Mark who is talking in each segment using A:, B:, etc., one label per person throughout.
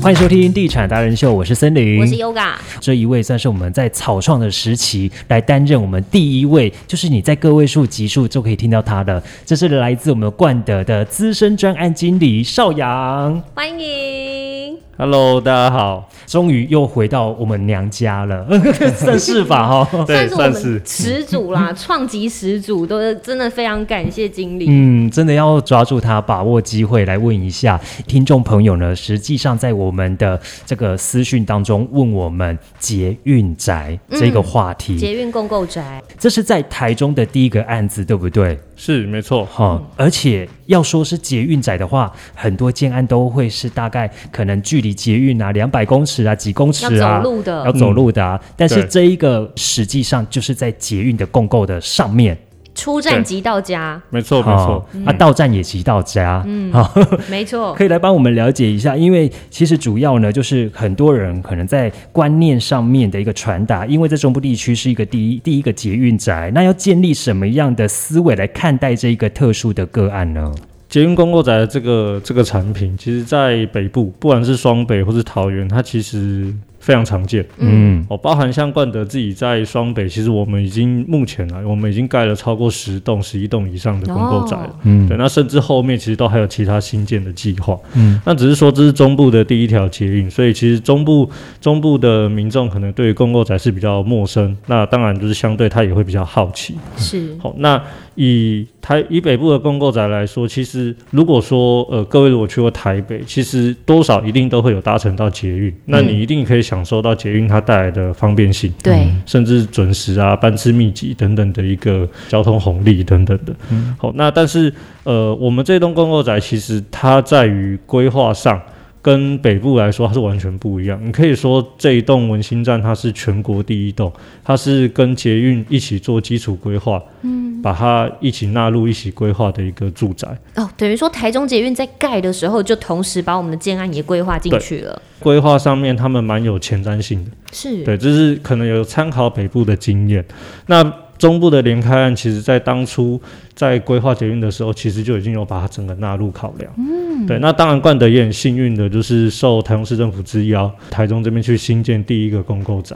A: 欢迎收听《地产达人秀》，我是森林，
B: 我是 Yoga。
A: 这一位算是我们在草创的时期来担任我们第一位，就是你在个位数级数就可以听到他的，这是来自我们冠德的资深专案经理邵阳。
B: 欢迎，
C: Hello，大家好。
A: 终于又回到我们娘家了， 算是吧哈。
C: 对，
B: 是我
C: 算是
B: 们始祖啦，创级始祖，都是真的非常感谢经理。
A: 嗯，真的要抓住它，把握机会来问一下听众朋友呢。实际上，在我们的这个私讯当中问我们捷运宅这
B: 嗯
A: 个话题，
B: 捷运共购宅，
A: 这是在台中的第一个案子，对不
B: 嗯
A: 对？
C: 是没错。
A: 哈、而且要说是捷运宅的话，很多建案都会是大概可能距离捷运啊两百公尺啊几公尺啊
B: 要走路的嗯
A: 要走路的啊。但是
C: 对
A: 这一个实际上就是在捷运的共购的上面，
B: 出站即到家，
C: 没错，没
A: 哦
C: 错，
A: 啊，
B: 嗯
A: 到站也即到家，嗯，好、
B: 没错。
A: 可以来帮我们了解一下，因为其实主要呢，就是很多人可能在观念上面的一个传达，因为在中部地区是一个第一第一个捷运宅，那要建立什么样的思维来看待这一个特殊的个案呢？
C: 捷运公购宅的这个这个产品，其实在北部，不管是双北或是桃园，它其实非常常见。
A: 嗯
C: 哦，包含像冠德自己在双北，其实我们已经目前啊，我们已经盖了超过十栋、十一栋以上的公购宅
B: 哦
C: 了。
A: 嗯
C: 对，那甚至后面其实都还有其他新建的计划。
A: 嗯，
C: 那只是说这是中部的第一条捷运，所以其实中部中部的民众可能对于公购宅是比较陌生，那当然就是相对他也会比较好奇。
B: 是
C: 好，那以台以北部的公购宅来说，其实如果说呃各位如果去过台北，其实多少一定都会有搭乘到捷运，那你一定可以享受到捷运它带来的方便性。
B: 对，
C: 嗯甚至准时啊、班次密集等等的一个交通红利等等的。好，那但是呃，我们这栋公购宅其实它在于规划上。跟北部来说，它是完全不一样。你可以说这一栋文心站，它是全国第一栋，它是跟捷运一起做基础规划，嗯，把它一起纳入一起规划的一个住宅。
B: 哦，等于说台中捷运在盖的时候，就同时把我们的建案也规划进去了。
C: 规划上面，他们蛮有前瞻性的。
B: 是，
C: 对，这是可能有参考北部的经验。那中部的联开案，其实在当初在规划捷运的时候，其实就已经有把它整个纳入考量。嗯，对。那当然，冠德也很幸运的，就是受台中市政府之邀，台中这边去新建第一个公购宅。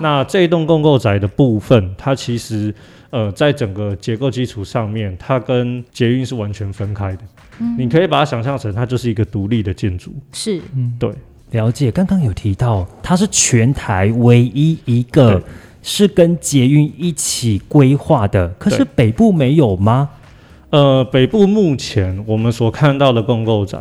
C: 那这一栋公购宅的部分，它其实呃，在整个结构基础上面，它跟捷运是完全分开的。你可以把它想象成它就是一个独立的建筑。
B: 是，
C: 对，
A: 了解。刚刚有提到，它是全台唯一一个
C: 对
A: 是跟捷运一起规划的，可是
C: 对
A: 北部没有吗？
C: 呃，北部目前我们所看到的共购宅，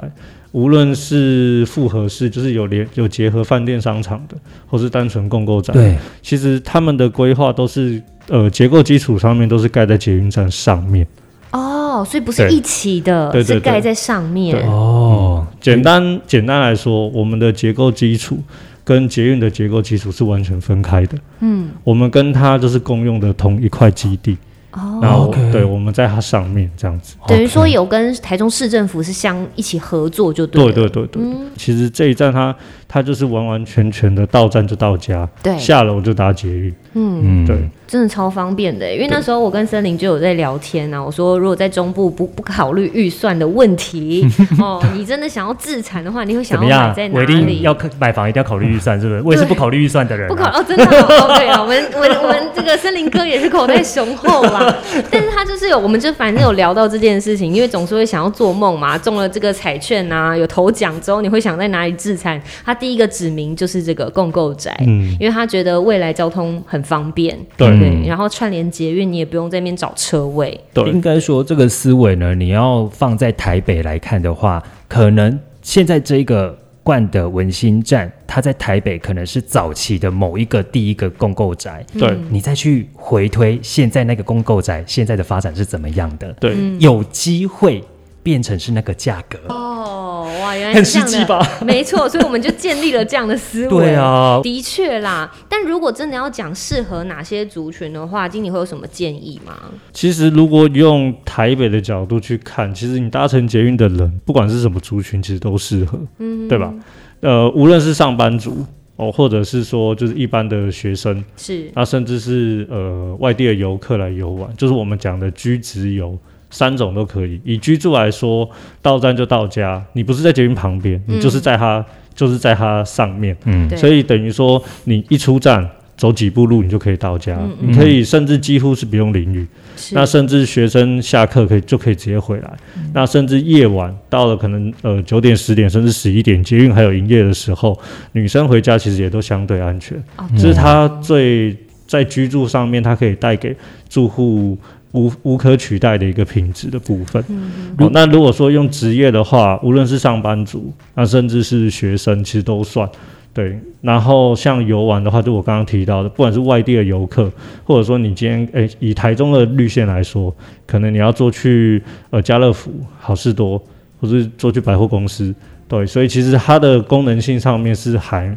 C: 无论是复合式，就是有连有结合饭店商场的，或是单纯共购宅，，
A: 对，
C: 其实他们的规划都是呃结构基础上面都是盖在捷运站上面。
B: 哦，所以不是
C: 对
B: 一起的，
C: 对对
B: 是
C: 对
B: 盖在上面
C: 对。
A: 哦，
C: 简单简单来说，我们的结构基础跟捷运的结构基础是完全分开的，
B: 嗯，
C: 我们跟它就是共用的同一块基地，
B: 哦，
C: 然后、
A: OK
C: 对我们在它上面这样子。
B: 等于说有跟台中市政府是相一起合作就对
C: 对
B: 了。
C: 对对对，其实这一站它它就是完完全全的到站就到家，
B: 对
C: 下楼就搭捷运，
A: 嗯
B: 嗯。
C: 对，
B: 真的超方便的欸，因为那时候我跟森林就有在聊天啊，我说如果在中部不不考虑预算的问 题，哦，你真的想要自产的话，你会
A: 怎
B: 想
A: 么
B: 要买
A: 样
B: 在？哪
A: 我一定
B: 里？
A: 要买房，一定要考虑预算，是不是？我也是不考虑预算的人、啊，
B: 不考哦，真的哦，哦对啊，我们我们我们这个森林哥也是口袋雄厚 啦，但是他就是有，我们就反正有聊到这件事情，因为总是会想要做梦嘛，中了这个彩券啊，有头奖之后，你会想在哪里自产？他第一个指明就是这个共购宅，
C: 嗯，
B: 因为他觉得未来交通很方便，
C: 对
B: 对，然后串联捷运你也不用在那边找车位，
C: 对
A: 应该说这个思维呢，你要放在台北来看的话，可能现在这个冠德文心站，它在台北可能是早期的某一个第一个公购宅，
C: 对
A: 你再去回推现在那个公购宅现在的发展是怎么样的，
C: 对，
A: 有机会变成是那个价格。
B: 哦，哇，原来
A: 很
B: 是这样
A: 实
B: 的，
A: 际吧
B: 没错，所以我们就建立了这样的思维。
A: 对啊
B: 的确啦。但如果真的要讲适合哪些族群的话，经理会有什么建议吗？
C: 其实如果用台北的角度去看，其实你搭乘捷运的人，不管是什么族群，其实都适合，嗯，对吧？呃，无论是上班族哦，或者是说就是一般的学生，
B: 是
C: 那甚至是呃外地的游客来游玩，就是我们讲的居直游，三种都可以。以居住来说，到站就到家，你不是在捷运旁边，你就是在它就是在它上面，
A: 嗯
B: 嗯对
C: 所以等于说你一出站。走几步路你就可以到家，
B: 嗯
A: 嗯
C: 你可以甚至几乎是不用淋雨，
B: 是嗯
C: 那甚至学生下课可以就可以直接回来，那甚至夜晚到了可能呃九点十点甚至十一点捷运还有营业的时候，女生回家其实也都相对安全，
B: 哦
C: 这是它最在居住上面它可以带给住户无无可取代的一个品质的部分。
B: 嗯
C: 好，那如果说用职业的话，无论是上班族，那甚至是学生，其实都算。对，然后像游玩的话，就我刚刚提到的，不管是外地的游客，或者说你今天诶以台中的绿线来说，可能你要坐去呃家乐福、好事多，或是坐去百货公司，对，所以其实它的功能性上面是还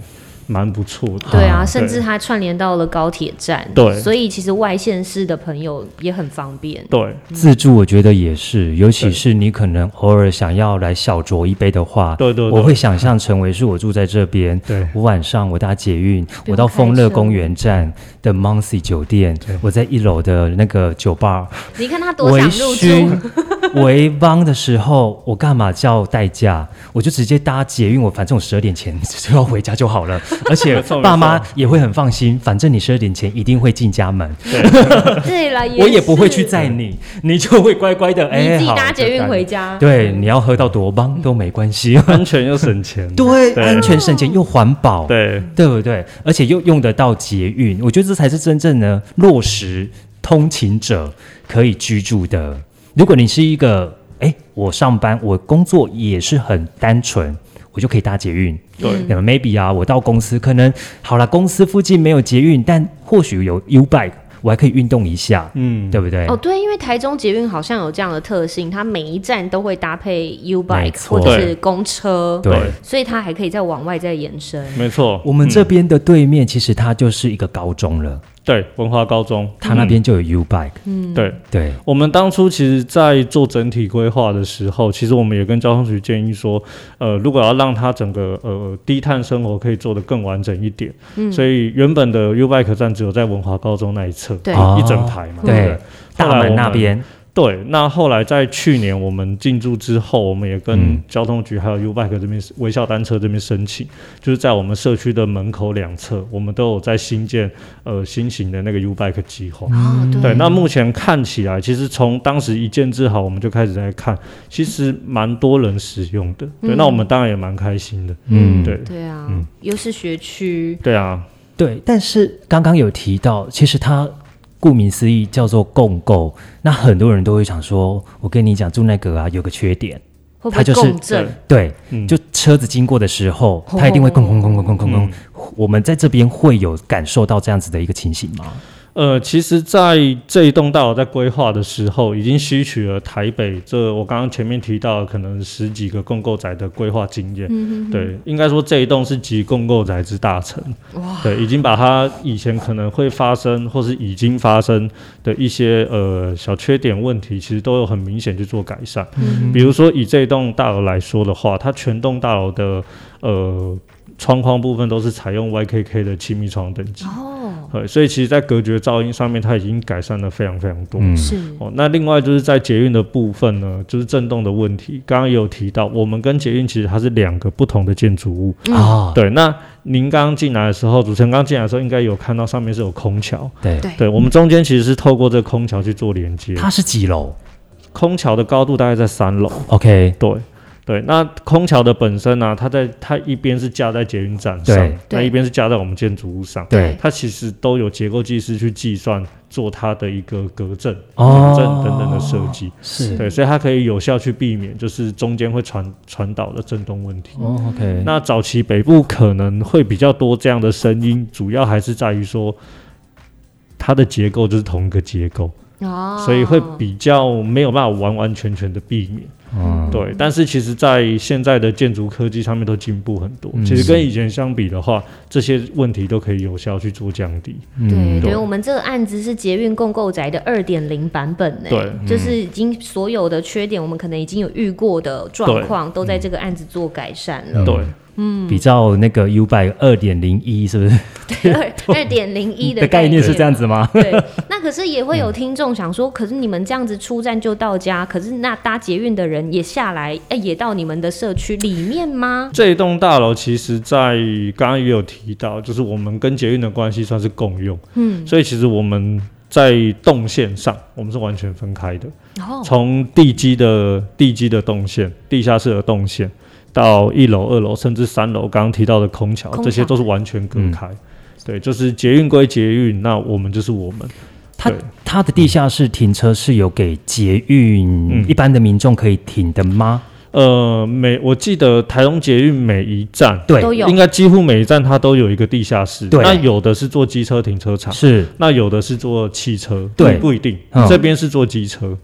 C: 蛮不错的。
B: 对啊，
A: 对
B: 甚至它串联到了高铁站，
C: 对
B: 所以其实外县市的朋友也很方便。
C: 对，
A: 自助我觉得也是，尤其
C: 嗯对
A: 是你可能偶尔想要来小酌一杯的话，
C: 对对对
A: 我会想象成为是我住在这边，
C: 对
A: 我晚上我搭捷运，
B: 不用
A: 我到丰乐
B: 开车
A: 公园站的 Moncy 酒店，我在一楼的那个酒吧
B: 你看他多
A: 微
B: 想入住，
A: 醺 微帮的时候，我干嘛叫代驾？我就直接搭捷运，我反正我十二点前就要回家就好了，而且
C: 没错没错
A: 爸妈也会很放心，反正你十二点前一定会进家门，
B: 对啦，
A: 我也不会去
B: 是
A: 载你，你就会乖乖的哎，
B: 你自己
A: 好
B: 搭捷运
A: 就
B: 回家，
A: 对，你要喝到多邦都没关 系。
C: 安全又省钱。
A: 对，
C: 对
A: 安全省钱又环保，
C: 对
A: 对不对？而且又用得到捷运，我觉得这才是真正的落实通勤者可以居住的。如果你是一个，哎，我上班我工作也是很单纯，我就可以搭捷运。
C: 对
A: 那么 maybe 啊，我到公司可能好了，公司附近没有捷运，但或许有 U Bike，我还可以运动一下，
C: 嗯，
A: 对不对？
B: 哦，对，因为台中捷运好像有这样的特性，它每一站都会搭配 U
A: 没
B: bike
A: 错
B: 或者是公车，
A: 对
B: 所以它还可以再往外再延伸。
C: 没错。
A: 我们
C: 嗯
A: 这边的对面其实它就是一个高中了，
C: 对文华高中，
A: 它那边就有 U Bike，
C: 嗯对。
A: 对，
C: 我们当初其实，在做整体规划的时候，其实我们也跟交通局建议说，呃，如果要让它整个呃低碳生活可以做得更完整一点，所以原本的 U Bike 站只有在文华高中那一侧，
B: 对
A: 哦
C: 一整排嘛，
A: 对
C: 对不对？后
A: 大
C: 来我
A: 门
C: 们
A: 那边，
C: 对，那后来在去年我们进驻之后，我们也
A: 嗯
C: 跟交通局还有 U Bike 这边微笑单车这边申请，就是在我们社区的门口两侧，我们都有在新建呃新型的那个 U Bike 计划。
B: 哦，
A: 嗯
C: 对，那目前看起来，其实从当时一建制好，我们就开始在看，其实蛮多人使用的。对，
B: 嗯
C: 那我们当然也蛮开心的。
A: 嗯，
C: 对，
B: 对啊，
A: 嗯
B: 又是学区，
C: 对啊，
A: 对，但是刚刚有提到，其实它顾名思义叫做共购，那很多人都会想说，我跟你讲住那个啊有个缺点，
B: 会不
A: 它
B: 会
A: 就是
B: 共振？
A: 对，
C: 嗯，
A: 就车子经过的时候，它一定会空空空空空空空，
C: 嗯
A: 我们在这边会有感受到这样子的一个情形吗？
C: 呃，其实在这一栋大楼在规划的时候，已经吸取了台北这我刚刚前面提到的可能十几个共购宅的规划经验。
B: 嗯，
C: 对，应该说这一栋是集共购宅之大成。
B: 哇，
C: 对，已经把它以前可能会发生或是已经发生的一些呃小缺点问题，其实都有很明显去做改善。
B: 嗯
C: 比如说以这栋大楼来说的话，它全栋大楼的呃窗框部分都是采用 YKK 的气密窗等级，
B: 哦，
C: 呃，所以其实在隔绝噪音上面，它已经改善了非常非常多。
A: 嗯
B: 是，
C: 哦，那另外就是在捷运的部分呢，就是震动的问题。刚刚也有提到，我们跟捷运其实它是两个不同的建筑物。
B: 嗯
A: 啊，
C: 对，那您刚刚进来的时候，主持人刚进来的时候，应该有看到上面是有空桥。
A: 对
B: 对，
C: 对，我们中间其实是透过这空桥去做连接。
A: 它是几楼
C: 空桥的高度大概在三楼。
A: ？OK，
C: 对对，那空桥的本身呢、啊它在它一边是架在捷运站上
A: 对，
C: 那
B: 对
C: 一边是架在我们建筑物上。
A: 对
C: 它其实都有结构技师去计算做它的一个隔震、
A: 哦
C: 减震等等的设计。
A: 是
C: 对，所以它可以有效去避免就是中间会传传导的震动问题。
A: 哦，OK，
C: 那早期北部可能会比较多这样的声音，主要还是在于说它的结构就是同一个结构，
B: 哦，
C: 所以会比较没有办法完完全全的避免。
A: 嗯，
C: 对，但是其实，在现在的建筑科技上面都进步很多，
A: 嗯
C: 其实跟以前相比的话，这些问题都可以有效去做降低。
B: 对，
A: 嗯
B: 对
C: 对
B: 我们这个案子是捷运共购宅的二点零版本呢、
C: 对
A: 嗯
B: 就是已经所有的缺点，我们可能已经有遇过的状况，都在这个案子做改善
A: 嗯
B: 了。
C: 对，
A: 嗯，比较那个 U by 二点零一是不是
B: 对， 二二点零一
A: 的概念
B: 念
A: 是这样。子
C: 嗯
A: 吗？
B: 对，那可是也会有听众想说，可是你们这样子出站就到家，可是那搭捷运的人也下来，哎、也到你们的社区里面吗？
C: 这一栋大楼其实在刚刚也有提到，就是我们跟捷运的关系算是共用，
B: 嗯，
C: 所以其实我们在动线上我们是完全分开的，
B: 然后
C: 从地基的地基的动线、地下室的动线到一楼、二楼甚至三楼，刚刚提到的空桥，
B: 空桥
C: 这些都是完全隔开。
A: 嗯
C: 对，就是捷运归捷运，那我们就是我们。
A: 它
C: 对
A: 它的地下室停车是有给捷运、
C: 嗯
A: 一般的民众可以停的吗？
C: 呃，每我记得台东捷运每一站，
A: 对，
B: 都有
C: 应该几乎每一站它都有一个地下室。
A: 对
C: 那有的是做机车停车场，
A: 是
C: 那有的是做汽车，
A: 对
C: 不一定
A: 嗯。
C: 这边是做机车，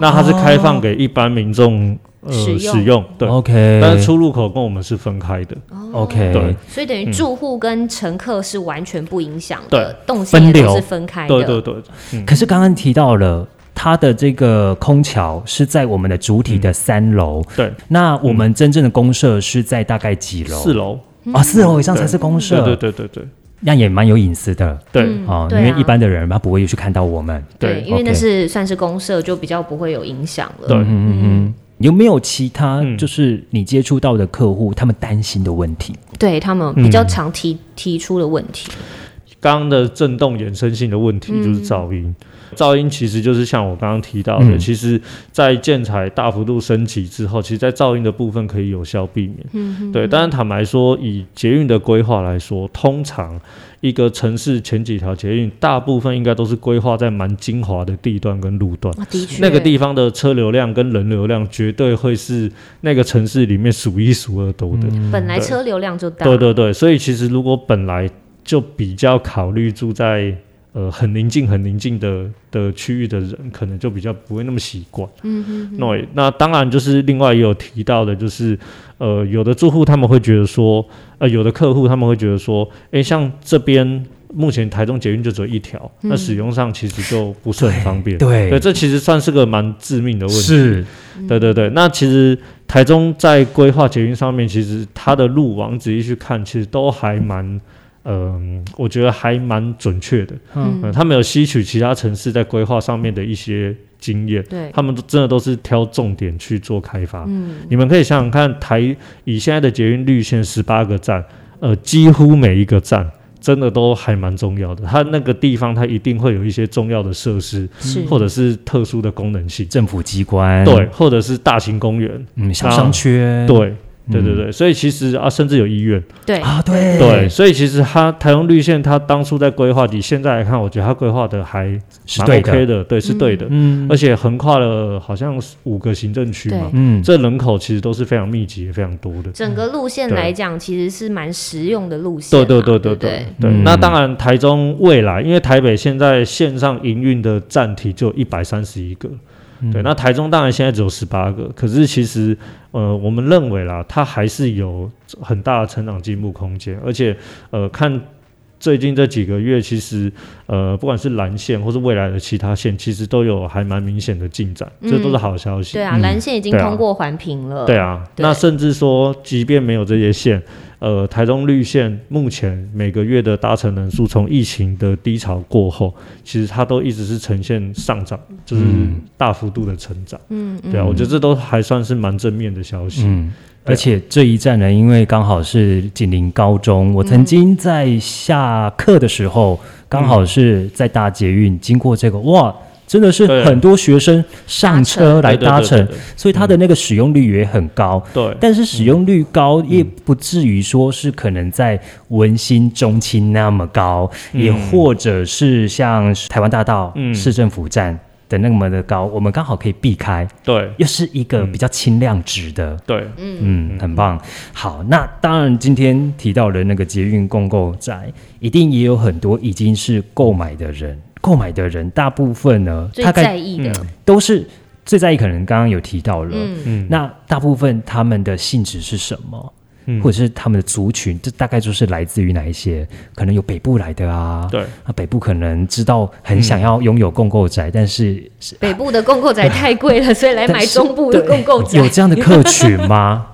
C: 那它是开放给一般民众呃
B: 哦使用
C: 使用，对。
A: OK，
C: 但是出入口跟我们是分开的，
A: OK，
C: 对
B: 所以等于住户跟乘客是完全不影响的，
C: 嗯对
B: 动线
A: 分
B: 也
A: 流
B: 都是分开的。
C: 对对对，
A: 可是刚刚提到了。它的这个空桥是在我们的主体
C: 嗯
A: 的三楼，
C: 对，
A: 那我们真正的公社是在大概几楼？
C: 四楼，
B: 嗯
A: 啊，四楼以上才是啊公
C: 对
A: 社，
C: 对对对对
A: 那也蛮有隐私的
C: 对
B: 嗯
A: 哦，因
B: 对啊
A: 为一般的人他不会去看到我们。
B: 对，
C: 对
B: 因为那
A: OK
B: 是算是公社，就比较不会有影响了。
C: 对
A: 嗯嗯嗯，有没有其他
C: 嗯
A: 就是你接触到的客户他们担心的问题？
B: 对他们
C: 嗯
B: 比较常提、提出的问题，
C: 刚刚的震动衍生性的问题就是噪音，
B: 嗯
C: 噪音其实就是像我刚刚提到的，
A: 嗯
C: 其实，在建材大幅度升级之后，其实，在噪音的部分可以有效避免。
B: 嗯，
C: 对，但是坦白说，以捷运的规划来说，通常一个城市前几条捷运，大部分应该都是规划在蛮精华的地段跟路段。
B: 啊的确
C: 那个地方的车流量跟人流量绝对会是那个城市里面数一数二多的。
A: 嗯
B: 本来
C: 对
B: 车流量就大，
C: 对对对，所以其实如果本来就比较考虑住在呃很临近很临近的的区域的人，可能就比较不会那么习惯。
B: 嗯哼
C: 那也那当然就是另外也有提到的，就是呃有的住户他们会觉得说，呃有的客户他们会觉得说，诶，像这边。目前台中捷运就只有一条，那使用上其实就不是很方便。
A: 嗯对
C: 对，这其实算是个蛮致命的问题。
A: 是
C: 对对对，那其实台中在规划捷运上面，其实它的路网仔细去看，其实都还蛮，嗯、我觉得还蛮准确的。
B: 嗯
C: 嗯、他们有吸取其他城市在规划上面的一些经验，
B: 对，
C: 他们都真的都是挑重点去做开发。
B: 嗯，
C: 你们可以想想看，台以现在的捷运绿线十八个站，呃，几乎每一个站真的都还蛮重要的。它那个地方，它一定会有一些重要的设施，
B: 是
C: 或者是特殊的功能性。
A: 政府机关，
C: 对，，或者是大型公园，
A: 嗯，小商圈，嗯
C: 对，对对对，所以其实啊，甚至有医院，
B: 对，
A: 啊，对
C: 对，，所以其实它台中绿线，它当初在规划，以现在来看，我觉得它规划的还
A: 是
C: 蛮
A: 对的，
C: OK 的，对，是对的，
A: 嗯
C: 而且横跨了好像是五个行政区嘛
B: 对，
A: 嗯，
C: 这人口其实都是非常密集、非常多的。
B: 整个路线
C: 对
B: 来讲，其实是蛮实用的路线
C: 对
B: 啊，
C: 对
B: 对
C: 对对
B: 不
C: 对
B: 对，
C: 对，
A: 嗯
C: 那当然台中未来，因为台北现在线上营运的站体就一百三十一个，对，那台中当然现在只有十八个，可是其实呃，我们认为啦，它还是有很大的成长进步空间，而且呃，看最近这几个月，其实呃，不管是蓝线或是未来的其他线，其实都有还蛮明显的进展，这都是好消息。
B: 对啊，蓝线已经
C: 对啊
B: 通过环评了，
C: 对啊，
B: 嗯对
C: 那甚至说，即便没有这些线，呃，台中绿线目前每个月的搭乘人数，从疫情的低潮过后，其实它都一直是呈现上涨，就是
A: 嗯
C: 大幅度的成长。
B: 嗯嗯，
C: 对啊，我觉得这都还算是蛮正面的消息。
A: 嗯。而且这一站呢，因为刚好是紧邻高中，我曾经在下课的时候，刚好是在搭捷运经过这个，哇，真的是
C: 对
A: 很多学生上车来
C: 对对
A: 搭
C: 对
A: 乘
C: 对，
A: 所以它的那个使用率也很高。
C: 对
A: 但是使用率高，也不至于说是可能在文心中青那么高，也或者是像台湾大道、
C: 嗯
A: 市政府站的那么的高，我们刚好可以避开，
C: 对
A: 又是一个比较轻量值的。
C: 对，
A: 嗯，很棒。好，那当然，今天提到的那个捷运共购宅，一定也有很多已经是购买的人，购买的人大部分呢，
B: 最
A: 大
B: 在
A: 概
B: 意的，
A: 都是最在意，可能刚刚有提到了，
B: 嗯，
C: 嗯，
A: 那大部分他们的性质是什么，
C: 嗯
A: 或者是他们的族群，这大概就是来自于哪一些？可能有北部来的啊，
C: 对
A: 那北部可能知道很想要拥有共购宅，
C: 嗯
A: 但是是 呃
B: 北部的共购宅太贵了，所以来
A: 但
B: 买
A: 是
B: 中部的
A: 对
B: 共购宅
A: 有，这样的客群吗？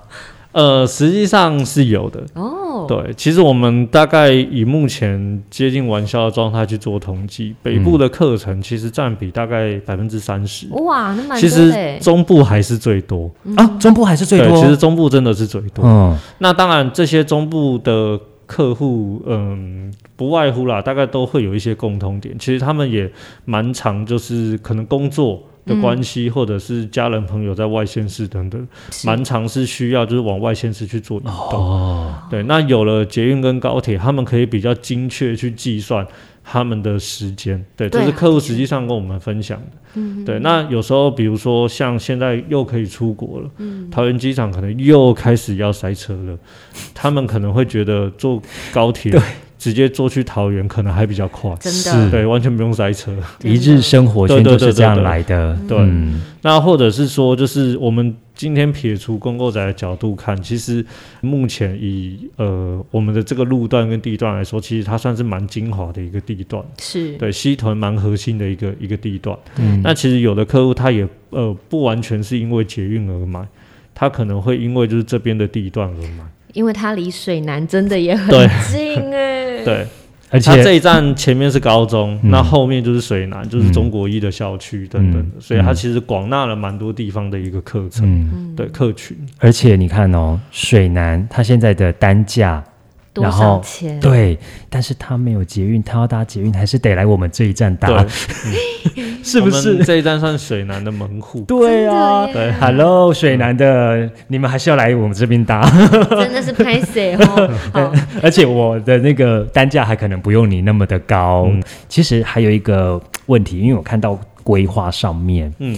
C: 呃，实际上是有的。
B: 哦，
C: 对，其实我们大概以目前接近完销的状态去做统计，北部的课程其实占比大概百分之三十，
B: 哇，那蛮
C: 其
B: 多
C: 实
B: 的欸。
C: 中部还是最多。
B: 嗯
A: 啊，中部还是最多。
C: 对，其实中部真的是最多。
A: 嗯，
C: 那当然，这些中部的客户，嗯，不外乎啦，大概都会有一些共通点。其实他们也蛮常，就是可能工作
B: 嗯
C: 的关系，或者是家人朋友在外县市等等，蛮常是需要就是往外县市去做移动。
B: 哦
C: 对，那有了捷运跟高铁，他们可以比较精确去计算。他们的时间，对，这
B: 对啊嗯
C: 是客户实际上跟我们分享的。对，那有时候比如说像现在又可以出国了，
B: 嗯
C: 桃园机场可能又开始要塞车 了，他们可能会觉得坐高铁直接坐去桃园可能还比较快，
B: 真的
A: 是
C: 对，完全不用塞车。
A: 一日生活圈
C: 对对
A: 就
C: 对
A: 是这样来的。
C: 对对
A: 嗯
C: 那或者是说，就是我们今天撇除公购宅的角度看，其实目前以呃我们的这个路段跟地段来说，其实它算是蛮精华的一个地段，
B: 是，
C: 对，西屯蛮核心的一个一个地段。
A: 嗯，
C: 那其实有的客户他也呃不完全是因为捷运而买，他可能会因为就是这边的地段而买。
B: 因为它离水南真的也很
C: 对
B: 近 哎。
C: 对，
A: 而
C: 他这
A: 且
C: 一站前面是高中，
A: 嗯
C: 那后面就是水南，就是中国一的校区等等的，
A: 嗯
C: 所以他其实广纳了蛮多地方的一个课程，
A: 嗯，
C: 对客群。
A: 而且你看哦，水南它现在的单价。
B: 多
A: 然
B: 少
A: 后
C: 嗯
B: 钱？
A: 对，但是他没有捷运，他要搭捷运还是得来我们这一站搭，是
C: 对，
A: 不
C: 我们
A: 是？
C: 这一站算水南的门户。
A: 对啊
B: 真的耶
A: ，Hello，水南的，你们还是要来我们这边搭，
B: 真的是拍谁哦？ 好，
A: 而且我的那个单价还可能不用你那么的高。
C: 嗯
A: 其实还有一个问题，因为我看到规划上面
C: 嗯，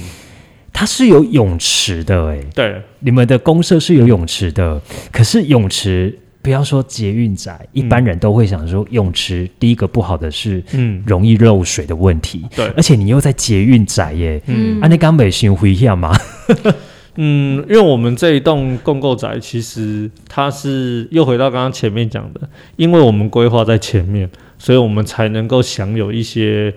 A: 它是有泳池的、欸，
C: 对，
A: 你们的公社是有泳池的，可是泳池不要说捷运宅，一般人都会想说泳池第一个不好的是
C: 嗯，
A: 容易漏水的问题，
C: 对，
A: 而且你又在捷运宅耶，
B: 嗯
A: 啊，那刚北巡回一下嘛，
C: 嗯，因为我们这一栋共购宅，其实它是又回到刚刚前面讲的，因为我们规划在前面，所以我们才能够享有一些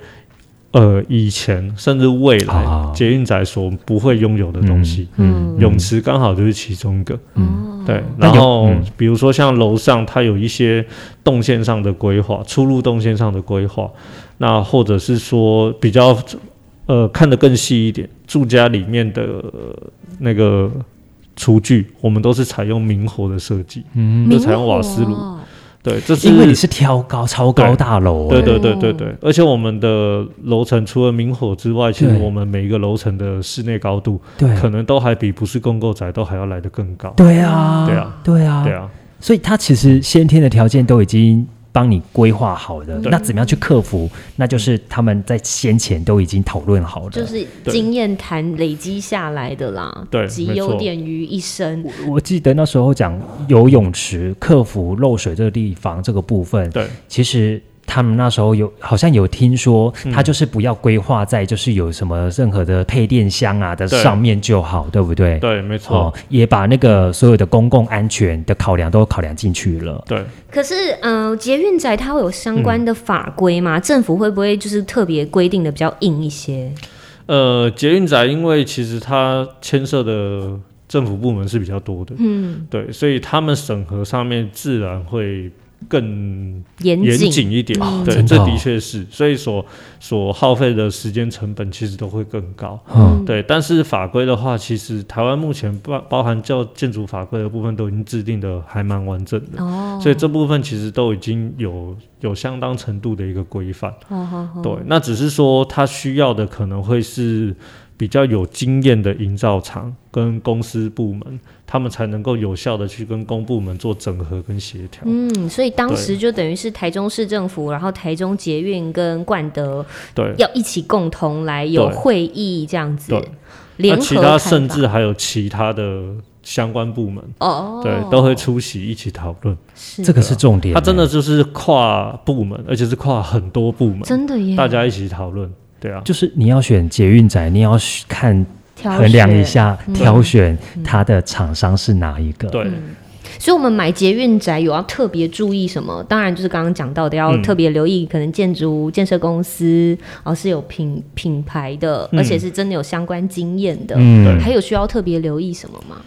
C: 呃以前甚至未
A: 啊
C: 来捷运宅所不会拥有的东西。
B: 嗯
C: 泳池刚好就是其中一个，
A: 嗯
B: 哦，
C: 对。
A: 那
C: 然
A: 有
C: 后
A: 嗯
C: 比如说像楼上，它有一些动线上的规划，出入动线上的规划，那或者是说比较呃看得更细一点，住家里面的呃那个厨具，我们都是采用明火的设计，
A: 嗯，
B: 明
C: 就采用瓦斯炉
B: 火
C: 对，这是
A: 因为你是挑高超高大楼、
C: 对
A: 欸，
C: 对对对对，而且我们的楼层除了明火之外，其实
A: 对
C: 我们每一个楼层的室内高度，
A: 对
C: 可能都还比不是公购宅都还要来得更高。
A: 对啊，
C: 对啊，
A: 对啊，
C: 对啊，
A: 所以它其实先天的条件都已经帮你规划好了，
B: 对
A: 那怎么样去克服？那就是他们在先前都已经讨论好了，
B: 就是经验谈累积下来的啦，
C: 对
B: 集
C: 没错
B: 优点于一身。
A: 我记得那时候讲游泳池克服漏水这个地方这个部分，
C: 对
A: 其实他们那时候有好像有听说，
C: 嗯
A: 他就是不要规划在就是有什么任何的配电箱啊的
C: 对
A: 上面就好，对不对？
C: 对，没错。
A: 哦，也把那个所有的公共安全的考量都考量进去了。
C: 对，
B: 可是，嗯、捷运宅它会有相关的法规吗？政府会不会就是特别规定的比较硬一些？
C: 呃，捷运宅因为其实它牵涉的政府部门是比较多的，
B: 嗯，
C: 对，所以他们审核上面自然会更
B: 严
C: 严
B: 谨。
C: 谨一点。对，
A: 真的
C: 这
A: 哦
C: 的确是，所以所所耗费的时间成本其实都会更高。
A: 嗯，
C: 对，但是法规的话，其实台湾目前包包含叫建筑法规的部分都已经制定的还蛮完整的，
B: 哦，
C: 所以这部分其实都已经有有相当程度的一个规范。
B: 好好好，
C: 对，那只是说它需要的可能会是比较有经验的营造厂跟公司部门，他们才能够有效的去跟公部门做整合跟协调。
B: 嗯，所以当
C: 哦对
B: 时就等于是台中市政府，然后台中捷运跟冠德
C: 对，
B: 要一起共同来有
C: 对
B: 会议这样子
C: 对，那
B: 联合
C: 其
B: 开
C: 他甚
B: 发
C: 至还有其他的相关部门，
B: 哦，
C: 对，都会出席一起讨论。
B: 是
A: 这个是重点、
C: 它真的就是跨部门，而且是跨很多部门，
B: 真的耶，
C: 大家一起讨论。对啊，
A: 就是你要选捷运宅，你要看
B: 挑
A: 衡量一
B: 选。
A: 下，挑选它的厂商是哪一个。
C: 对，
B: 嗯所以，我们买捷运宅有要特别注意什么？当然，就是刚刚讲到的，要
C: 嗯
B: 特别留意，可能建筑建设公司哦是有品品牌的，
C: 嗯
B: 而且是真的有相关经验的。
A: 嗯
C: 对
B: 还有需要特别留意什么吗？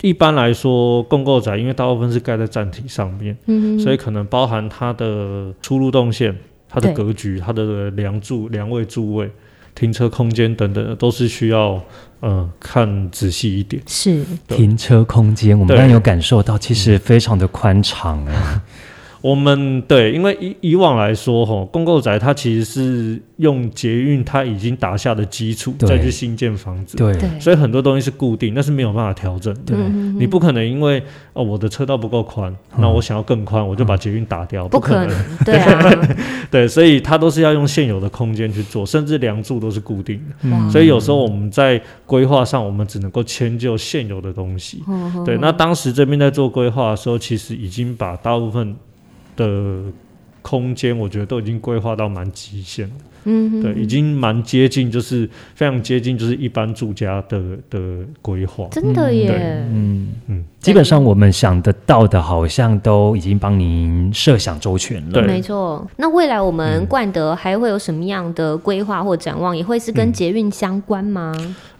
C: 一般来说，共构宅因为大部分是盖在站体上面，
B: 嗯
C: 所以可能包含它的出入动线、它的格局、它的梁柱、梁位、柱位、停车空间等等的，都是需要呃看仔细一点。
B: 是
C: 对嗯
A: 停车空间，我们
C: 对
A: 刚刚有感受到，其实非常的宽敞哎、
C: 我们对，因为以以往来说，吼，公购宅它其实是用捷运它已经打下的基础
A: 对
C: 再去新建房子，
A: 对
B: 对，
C: 所以很多东西是固定，那是没有办法调整的。
A: 对
B: 嗯
C: 你不可能因为哦我的车道不够宽，
A: 嗯
C: 那我想要更宽，我就把捷运打掉，
B: 不
C: 可
B: 可能，对啊，
C: 对，所以它都是要用现有的空间去做，甚至梁柱都是固定的。
A: 嗯
B: 哇
C: 所以有时候我们在规划上，我们只能够迁就现有的东西。
B: 哦
C: 对，那当时这边在做规划的时候，其实已经把大部分的空间，我觉得都已经规划到蛮极限了。
B: 嗯
C: 对，已经蛮接近，就是非常接近，就是一般住家的的规划。
B: 真的耶，
A: 嗯嗯
C: 嗯，
A: 基本上我们想得到的，好像都已经帮您设想周全了。
C: 对
B: 没错。那未来我们冠德还会有什么样的规划或展望？也会是跟捷运相关吗？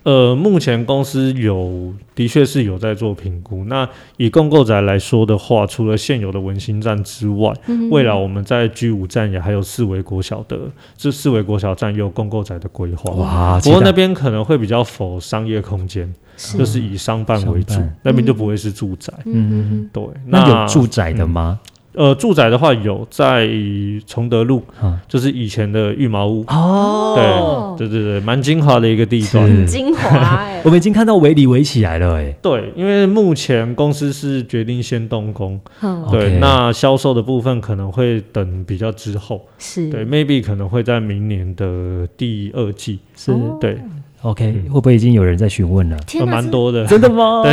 C: 呃，目前公司有的确是有在做评估。那以共购宅来说的话，除了现有的文心站之外，
B: 嗯
C: 未来我们在居五站也还有四维国小的，这四维国小站也有共购宅的规划。
A: 哇，期
C: 不过
A: 待嗯
C: 那边可能会比较否商业空间，
B: 是
C: 就是以商办为主
A: 商办，
C: 那边就不会是住宅。
A: 嗯，
C: 对，
A: 那有住宅的吗？
C: 呃住宅的话，有在崇德路，
A: 嗯
C: 就是以前的御茅屋，
A: 哦，
B: 哦
C: 对对对对，蛮精华的一个地段。
A: 是
B: 很精华哎
A: 我，们已经看到围里围起来了哎，
C: 对，因为目前公司是决定先动工，
B: 嗯
A: 哦 OK
C: 对，那销售的部分可能会等比较之后，对
A: 嗯
B: 是
C: ，maybe 可能会在明年的第二季，
A: 是
B: 哦
C: 对，
A: OK，
C: 嗯
A: 会不会已经有人在询问了？
B: 天
C: 呃
B: 哪，
C: 蛮
B: 是
C: 多的。
A: 真的 吗？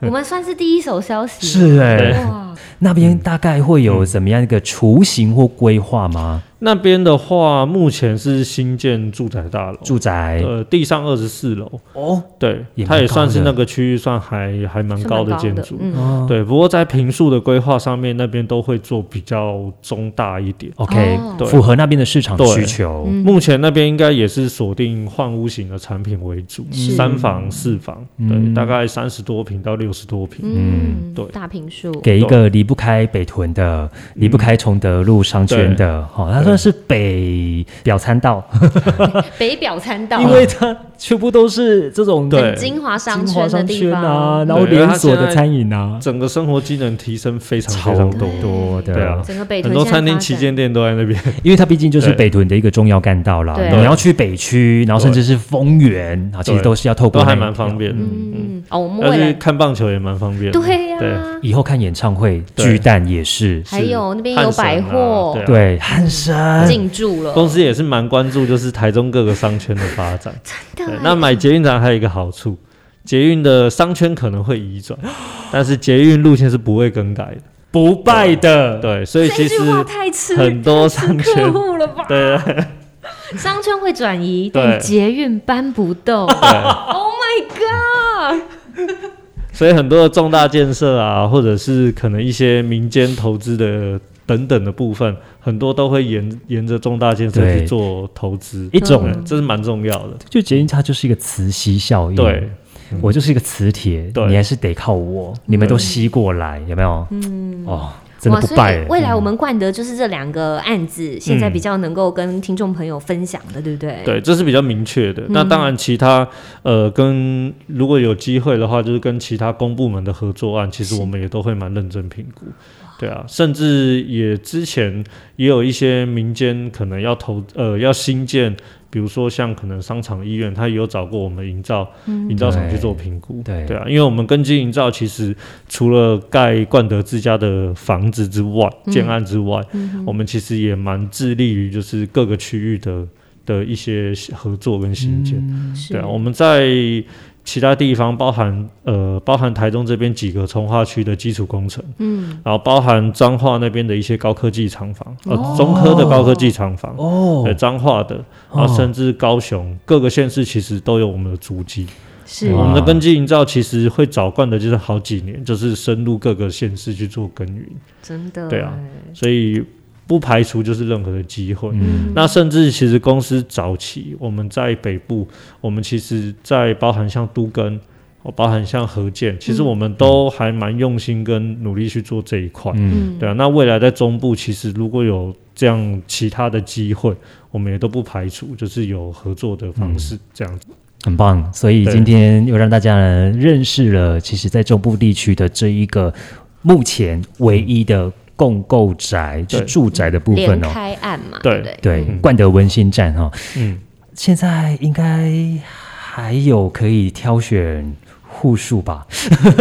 B: 我们算是第一手消息，
A: 是哎，
C: 对
B: 哇，
A: 那边大概会有怎么样一个雏形或规划吗？
C: 那边的话，目前是新建住宅大楼，
A: 住宅
C: 呃，地上二十四楼，
A: 哦，
C: 对
A: 也，
C: 它
A: 蛮
C: 也
A: 高
C: 算是
A: 的
C: 那个区域算还还蛮
B: 是
C: 高
B: 蛮
C: 的
B: 高
C: 建筑。
B: 嗯，
A: 哦
C: 对，不过在平数的规划上面，那边都会做比较中大一点。
A: ，OK，
B: 哦
C: 对
A: 符合那边的市场
C: 对
A: 需求。
B: 嗯
C: 目前那边应该也是锁定换屋型的产品为主，
B: 是
C: 三房、四房，
A: 嗯
C: 对，大概三十多平到六十多平。
B: 嗯，
C: 对
B: 大平数，
A: 给一个离不开北屯的、离不开崇德路商圈的，好、它算是北表参道，
B: 北表参 道，
A: 因为它全部都是这种
C: 对
B: 很精华商
A: 精华
B: 圈
A: 商
B: 的地
A: 圈
B: 方
A: 啊，然后
C: 对
A: 连锁的餐饮啊，
C: 整个生活机能提升非常
A: 超
C: 非常多
A: 多，多的，
C: 对啊
B: 整个北
C: 很
B: 屯
C: 多
B: 现在
C: 餐厅
B: 发
C: 旗
B: 展
C: 舰店都在那边。
A: 因为它毕竟就是
C: 对
A: 北屯的一个重要干道啦。
B: 对
A: 你要去北区，然后甚至是丰原啊， 其实
C: 对
A: 都是要透过
C: 都还
A: 那
C: 蛮方便的。嗯，
B: 嗯，哦，我们
C: 要
B: 未
C: 去
B: 来
C: 看棒球也蛮方便的。
B: 对呀、
A: 以后看演唱会，
C: 对
A: 巨蛋也是，
B: 还有那边
C: 汉
B: 有
C: 神啊哦
B: 百货
C: 对啊
A: 对，汉神
B: 进驻了，
C: 公司也是蛮关注，就是台中各个商圈的发 展。
B: 对
C: 对，那买捷运站还有一个好处，捷运的商圈可能会移 转，但是捷运路线是不会更改的。
A: 不败的，
C: 对，所以
B: 这
C: 其实
B: 句话太吃
C: 很多商
B: 客
C: 圈，
B: 户了吧？
C: 对对
B: 商圈会转移，
C: 对
B: 但捷运搬不 动。
C: 对，
B: oh my god！
C: 所以很多的重大建设啊，或者是可能一些民间投资的。等等的部分，很多都会沿沿着重大建设
A: 对
C: 去做投资，
A: 一种
C: 对这是蛮重要的。
A: 就捷运它就是一个磁吸效应，嗯
C: 对，
A: 我就是一个磁铁，
C: 对
A: 你还是得靠我，你们都吸过来，有没有？嗯，哦，真的
B: 哇，
A: 不
B: 所
A: 败
B: 以未
A: 欸。
C: 嗯
B: 来我们冠德就是这两个案子，现在比较能够跟听众朋友分享的，对不对？，
C: 嗯对，这是比较明确的。那当然，其他呃，跟如果有机会的话，就是跟其他公部门的合作案，其实我们也都会蛮认真评估。对啊，甚至也之前也有一些民间可能要投呃要新建，比如说像可能商场、医院，他也有找过我们营造、营造厂去做评估。
A: 对
C: 对啊，因为我们根基营造其实除了盖冠德之家的房子之外、建案之外，我们其实也蛮致力于就是各个区域的的一些合作跟
A: 嗯
C: 新建。
B: 是
C: 对啊，我们在其他地方，包含呃，包含台中这边几个从化区的基础工程，
B: 嗯，
C: 然后包含彰化那边的一些高科技厂房，
B: 哦
C: 呃，中科的高科技厂房。
A: 哦
C: 对，彰化的，然后甚至高雄、各个县市其实都有我们的足迹。
B: 是
C: 我
A: 哇
C: 们的根基营造其实会早惯的就是好几年，就是深入各个县市去做耕耘，
B: 真的。欸
C: 对啊，所以不排除就是任何的机会。
A: 嗯，
C: 那甚至其实公司早期我们在北部，我们其实在包含像都根哦，包含像合建，其实我们都还蛮用心跟努力去做这一块。
A: 嗯，
C: 对啊，那未来在中部，其实如果有这样其他的机会，我们也都不排除，就是有合作的方式这样子。
A: 很棒，所以
C: 对
A: 今天又让大家呢认识了，其实，在中部地区的这一个目前唯一的共购宅，
C: 对
A: 是住宅的部
B: 连
A: 分哦。
B: 开案嘛，
C: 对
B: 对不对？
A: 对
C: 嗯，
A: 冠德温馨站哈、哦，
C: 嗯，
A: 现在应该还有可以挑选户数吧？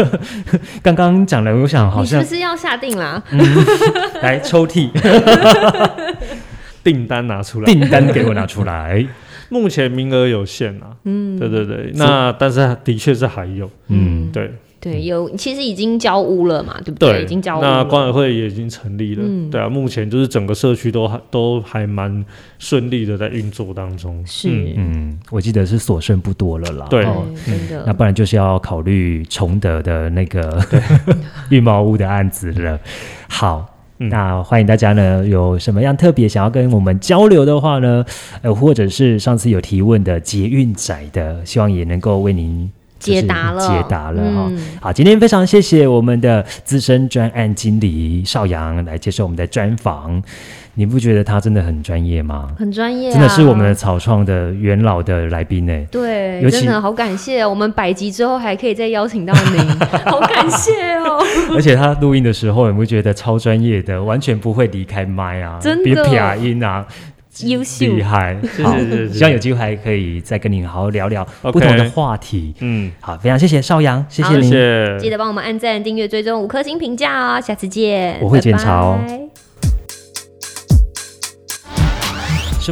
A: 刚刚讲了，我想好
B: 你是
A: 像
B: 不是要下定啊啦？
A: 来抽屉
C: 订单拿出来，
A: 订单给我拿出 来，
C: 目前名额有限啊。
B: 嗯，
C: 对对对，那但是的确是还有，
A: 嗯。
C: 对
B: 对，有其实已经交屋了嘛，对不
C: 对，
B: 已经交屋
C: 那
B: 了。
C: 管委会也已经成立了，
B: 嗯
C: 对啊，目前就是整个社区都还都还蛮顺利的在运作当中，
B: 是，
C: 嗯
A: 嗯，我记得是所剩不多了啦。
C: 对
A: 哦
B: 真
A: 那
B: 的，
A: 不然就是要考虑崇德的那个 浴帽屋的案子了。好。
C: 嗯
A: 那欢迎大家呢，有什么样特别想要跟我们交流的话呢？呃，或者是上次有提问的捷运仔的，希望也能够为您就是
B: 解答了
A: 解答了哈、
B: 嗯
A: 好，今天非常谢谢我们的资深专案经理邵阳来接受我们的专访。你不觉得他真的很专业吗？
B: 很专业、啊，
A: 真的是我们的草创的元老的来宾呢、
B: 对
A: 尤，其
B: 真的好感谢哦，我们百集之后还可以再邀请到您， 好感谢哦，
A: 而且他录音的时候，你会觉得超专业的，完全不会离开麦啊，
B: 真的
A: 别撇音啊，
B: 优秀，
A: 厉 害。
C: 是
A: 好
C: 是是，是
A: 希望有机会还可以再跟您好好聊聊
C: OK
A: 不同的话题。
C: 嗯，
A: 好，非常谢谢邵阳，谢谢
C: 谢
A: 您。
C: 谢，
B: 记得帮我们按赞、订阅、追踪五颗星评价哦，下次见，
A: 我会
B: 拜
A: 检查哦
B: 拜
A: 什